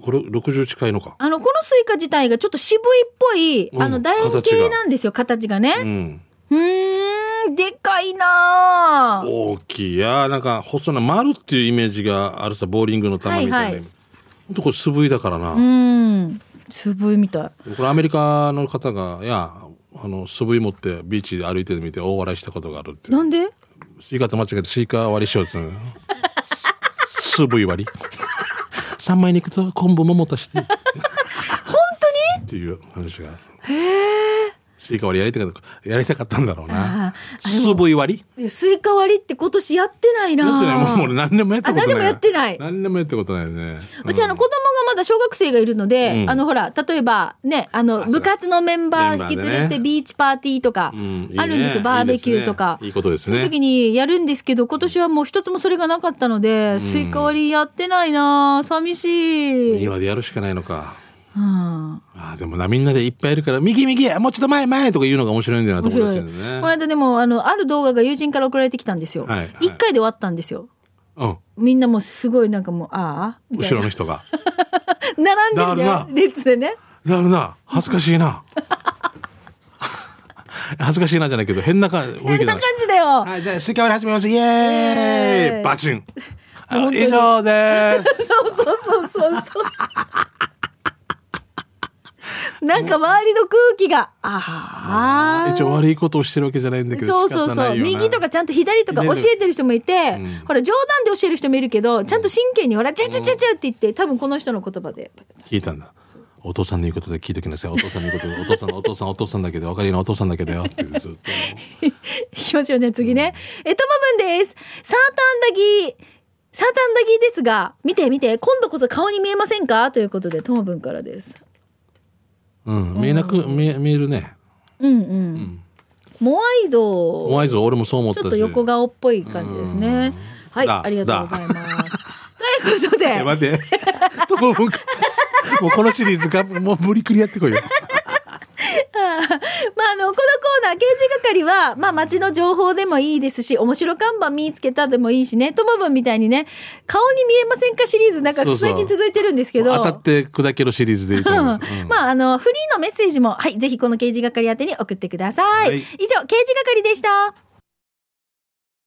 Speaker 2: 60近いのか。
Speaker 1: あの、このスイカ自体がちょっと渋いっぽい、
Speaker 2: うん
Speaker 1: あの、楕円
Speaker 2: 形が
Speaker 1: 形なんですよ、形が
Speaker 2: う
Speaker 1: ね。
Speaker 2: ん。
Speaker 1: うーん、でかいなぁ
Speaker 2: 大きいいやーなんか細な丸っていうイメージがあるさボーリングの球みたいな、
Speaker 1: はいはい
Speaker 2: ほんとこれ素振りだからな、
Speaker 1: う
Speaker 2: こ
Speaker 1: ーん、渋いみたい。
Speaker 2: れアメリカの方がいやあの素振り持ってビーチで歩いてるの見て大笑いしたことがあるって
Speaker 1: なんで
Speaker 2: スイカと間違えてスイカ割りしようっつうのす素振り割り 三枚肉と昆布ももたして本当にっていう話がへえスイカ割りやりたかったやりたかったんだろうな
Speaker 1: あーあれも
Speaker 2: 素振り割り
Speaker 1: いやスイカ割りって今年やってないなぁ
Speaker 2: やってないもう俺何年もやったことな
Speaker 1: あ
Speaker 2: い
Speaker 1: 何年もやってない
Speaker 2: 何年もやったことないね
Speaker 1: うちあの子供がまだ小学生がいるので、
Speaker 2: うん
Speaker 1: あのほら、例えばね、あの
Speaker 2: そう
Speaker 1: 部活のメンバ
Speaker 2: メンバ
Speaker 1: ー
Speaker 2: ーで
Speaker 1: 引き
Speaker 2: ね
Speaker 1: 連れてビーチパーティーとか
Speaker 2: うんいいね
Speaker 1: あるんですよ、バーベキューとか。
Speaker 2: いいですねいいことです
Speaker 1: その時
Speaker 2: ね。
Speaker 1: にやるんですけど、今年はもう一つもそれがなかったので、スイカ割りやってないなぁ寂しい。
Speaker 2: 庭でやるしかないのか。
Speaker 1: うん
Speaker 2: ああ、でもな、みんなでいっぱいいるから、右右もうちょっと前前とか言うのが面白いんだよな、
Speaker 1: 面
Speaker 2: 友
Speaker 1: 白い。
Speaker 2: 達
Speaker 1: こ
Speaker 2: にね。
Speaker 1: の間でも、あの、ある動画が友人から送られてきたんですよ。一、
Speaker 2: はいはい
Speaker 1: 回で終わったんですよ。
Speaker 2: うん。
Speaker 1: みんなもうすごいなんかもう、ああみたい
Speaker 2: 後ろ
Speaker 1: な。
Speaker 2: の人が。
Speaker 1: 並んでるんだ
Speaker 2: だ
Speaker 1: よ
Speaker 2: る、
Speaker 1: 列でね。
Speaker 2: だるな、恥ずかしいな。 恥ずかしいなじゃないけど、変なか雰囲
Speaker 1: こ
Speaker 2: 気
Speaker 1: んな感。
Speaker 2: だ
Speaker 1: じだよ。
Speaker 2: はい、じゃあ、スイカ割り始めます。イエ
Speaker 1: イエー
Speaker 2: ー
Speaker 1: イ
Speaker 2: イバチンあ
Speaker 1: 本当に
Speaker 2: 以上です。
Speaker 1: そうそうそうそうそう。なんか周りの空気が、 ああ。
Speaker 2: 一応悪いことをしてるわけじゃないんだけど
Speaker 1: そうそう
Speaker 2: 仕方
Speaker 1: そ
Speaker 2: な
Speaker 1: う
Speaker 2: いよな
Speaker 1: 右とかちゃんと左とか教えてる人もいて、
Speaker 2: うん
Speaker 1: ほら冗談で教える人もいるけどちゃんと真剣にほら「ちゃちゃちゃちゃ」って言って多分この人の言葉で
Speaker 2: 聞いたんだお父さんの言うことで聞いときなさいお父さんの言うことでお父さんお父さんお父さんだけど分かりなお父さんだけどよってずっと
Speaker 1: いきましょうね次ねえともぶんですサーターアンダギーサーターアンダギーですが見て見て今度こそ顔に見えませんかということでともぶんからです
Speaker 2: うん見えなく見え見えるね
Speaker 1: うんうん、モアイ像
Speaker 2: 怖いぞ俺もそう思っ
Speaker 1: ち
Speaker 2: たし
Speaker 1: ょっと横顔っぽい感じですねはい
Speaker 2: だ
Speaker 1: ありがとうございます ということで
Speaker 2: え待って ともぶんもうこのシリーズがもう無理くりやってこいよ
Speaker 1: まあ、あの、このコーナー、刑事係は、まあ、街の情報でもいいですし、面白看板見つけたでもいいしね、ともぶんみたいにね、顔に見えませんかシリーズ、なんか
Speaker 2: そうそう
Speaker 1: 最近続いてるんですけど。
Speaker 2: 当たって砕けろシリーズでいいと思 います、
Speaker 1: う
Speaker 2: うん
Speaker 1: んまあ、あの、フリーのメッセージも、はい、ぜひこの刑事係宛てに送ってください。
Speaker 2: はい
Speaker 1: 以上、刑事係でした。